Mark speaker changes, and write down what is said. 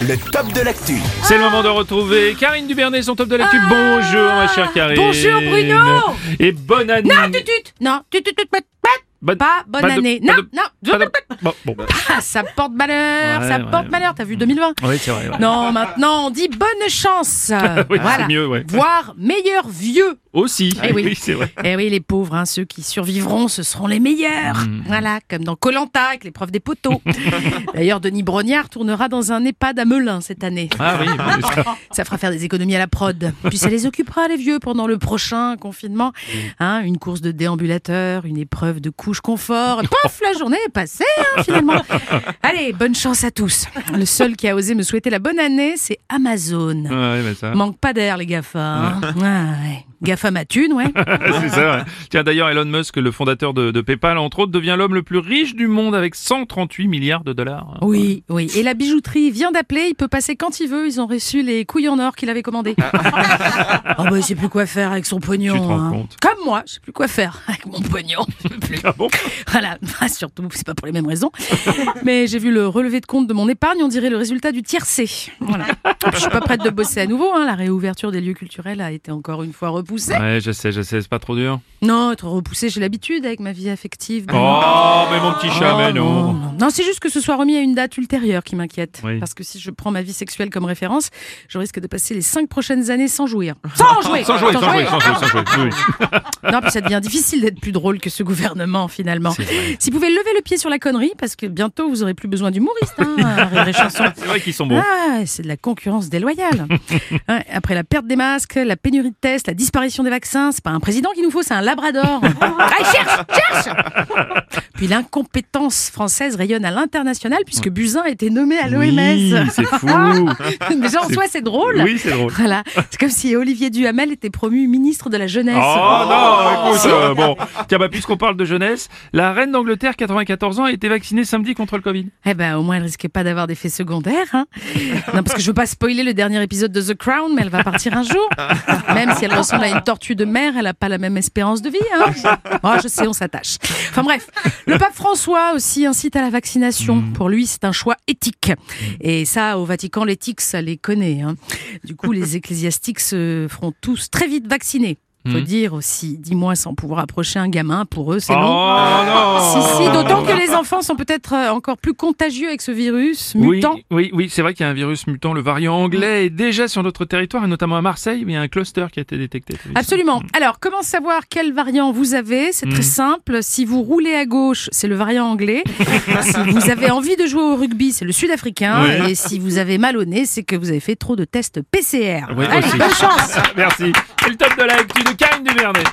Speaker 1: le top de l'actu.
Speaker 2: C'est le moment de retrouver Karine Dubernet, son top de l'actu. Bonjour, ma chère Karine.
Speaker 3: Ah. Bonjour, Bruno.
Speaker 2: Et bonne année.
Speaker 3: Non, tu tut, non, tu tut, tut, pat, pat.
Speaker 2: Bonne-
Speaker 3: pas bonne
Speaker 2: pas de-
Speaker 3: année.
Speaker 2: pas
Speaker 3: non,
Speaker 2: de- pas
Speaker 3: non,
Speaker 2: de- Bon, bon.
Speaker 3: Ah, ça porte malheur,
Speaker 2: Ouais,
Speaker 3: ça
Speaker 2: ouais.
Speaker 3: porte malheur. T'as vu 2020
Speaker 2: Oui, c'est vrai. ouais.
Speaker 3: Non, maintenant on dit bonne chance.
Speaker 2: Oui, c'est mieux, ouais.
Speaker 3: Voire meilleur vieux.
Speaker 2: Aussi.
Speaker 3: Eh oui.
Speaker 2: c'est vrai.
Speaker 3: Eh oui, les pauvres, hein, ceux qui survivront, ce seront les meilleurs.
Speaker 2: Mm.
Speaker 3: Voilà, comme dans Colanta avec l'épreuve des poteaux. D'ailleurs, Denis Brognard tournera dans un EHPAD à Melun cette année.
Speaker 2: Ah oui. bon, c'est ça.
Speaker 3: Ça fera faire des économies à la prod. Puis ça les occupera, les vieux, pendant le prochain confinement. Hein, une course de déambulateur, une épreuve de couche confort. Pof, la journée est passée, hein, finalement. Allez, bonne chance à tous. Le seul qui a osé me souhaiter la bonne année, c'est Amazon.
Speaker 2: Ouais, bah ça.
Speaker 3: Manque pas d'air, les GAFA. hein. Ah, ouais. GAFA ma thune, ouais.
Speaker 2: Ah, C'est ça, ouais. Tiens, d'ailleurs, Elon Musk, le fondateur de, de PayPal, entre autres, devient l'homme le plus riche du monde avec 138 milliards de dollars.
Speaker 3: Oui, oui. Et la bijouterie vient d'appeler, il peut passer quand il veut, ils ont reçu les couilles en or qu'il avait commandées. oh bah, je sais plus quoi faire avec son pognon.
Speaker 2: Ah. Tu te rends
Speaker 3: hein.
Speaker 2: compte.
Speaker 3: Comme moi, je sais plus quoi faire avec mon pognon. Je peux plus.
Speaker 2: Ah bon
Speaker 3: Voilà, Bah, surtout, c'est pas pour les mêmes raisons. Mais j'ai vu le relevé de compte de mon épargne, on dirait le résultat du tiercé. Voilà. Je suis pas prête de bosser à nouveau, hein. la réouverture des lieux culturels a été encore une fois repoussée.
Speaker 2: Ouais, je sais, je sais, c'est pas trop dur.
Speaker 3: Non, être repoussée, j'ai l'habitude avec ma vie affective.
Speaker 2: Oh, mais mon petit chat,
Speaker 3: Oh,
Speaker 2: mais non.
Speaker 3: non, non, c'est juste que ce soit remis à une date ultérieure qui m'inquiète.
Speaker 2: Oui.
Speaker 3: Parce que si je prends ma vie sexuelle comme référence, je risque de passer les cinq prochaines années sans jouir. Sans jouer
Speaker 2: Sans jouer, sans jouer, sans jouer, sans jouer. Oui, oui.
Speaker 3: Non, puis ça devient difficile d'être plus drôle que ce gouvernement, finalement. Si vous pouvez lever le pied sur la connerie, parce que bientôt vous aurez plus besoin d'humoristes, hein, à rire et chanson.
Speaker 2: C'est vrai qu'ils sont bons.
Speaker 3: Ah, c'est de la concurrence déloyale. Ouais, après la perte des masques, la pénurie de tests, la disparition des vaccins, c'est pas un président qu'il nous faut, c'est un labrador. Allez, cherche, cherche Puis l'incompétence française rayonne à l'international puisque Buzyn a été nommé à l'OMS.
Speaker 2: Oui, c'est fou.
Speaker 3: Déjà en
Speaker 2: C'est-
Speaker 3: soi, c'est drôle.
Speaker 2: Oui, c'est drôle.
Speaker 3: Voilà, c'est comme si Olivier Duhamel était promu ministre de la jeunesse.
Speaker 2: Oh non, écoute, euh, bon. Tiens, bah, puisqu'on parle de jeunesse, la reine d'Angleterre, 94 ans, a été vaccinée samedi contre le Covid.
Speaker 3: Eh ben, au moins, elle risquait pas d'avoir d'effets secondaires. Hein. Non, parce que je veux pas spoiler le dernier épisode de The Crown, mais elle va partir un jour. Même si elle ressemble à une tortue de mer, elle a pas la même espérance de vie. Hein. Oh, je sais, on s'attache. Enfin bref, le pape François aussi incite à la vaccination. Pour lui, c'est un choix éthique. Et ça, au Vatican, l'éthique, ça les connaît. hein. Du coup, les ecclésiastiques se feront tous très vite vacciner. Faut
Speaker 2: Mhm.
Speaker 3: dire aussi, dix mois sans pouvoir approcher un gamin, pour eux, c'est
Speaker 2: Oh
Speaker 3: long.
Speaker 2: non
Speaker 3: Si,
Speaker 2: Oh.
Speaker 3: si, d'autant que les enfants sont peut-être euh, encore plus contagieux avec ce virus
Speaker 2: Oui,
Speaker 3: mutant.
Speaker 2: oui, oui, c'est vrai qu'il y a un virus mutant, le variant anglais, est déjà sur notre territoire, et notamment à Marseille, mais il y a un cluster qui a été détecté. T'as vu ça
Speaker 3: Absolument. Alors, comment savoir quel variant vous avez C'est
Speaker 2: Mm.
Speaker 3: très simple. Si vous roulez à gauche, c'est le variant anglais. si vous avez envie de jouer au rugby, c'est le sud-africain.
Speaker 2: Ouais.
Speaker 3: Et si vous avez mal au nez, c'est que vous avez fait trop de tests PCR.
Speaker 2: Oui,
Speaker 3: Allez,
Speaker 2: aussi. Ah,
Speaker 3: bonne chance
Speaker 2: Merci. C'est le top de l'actu de Karine Duvernet.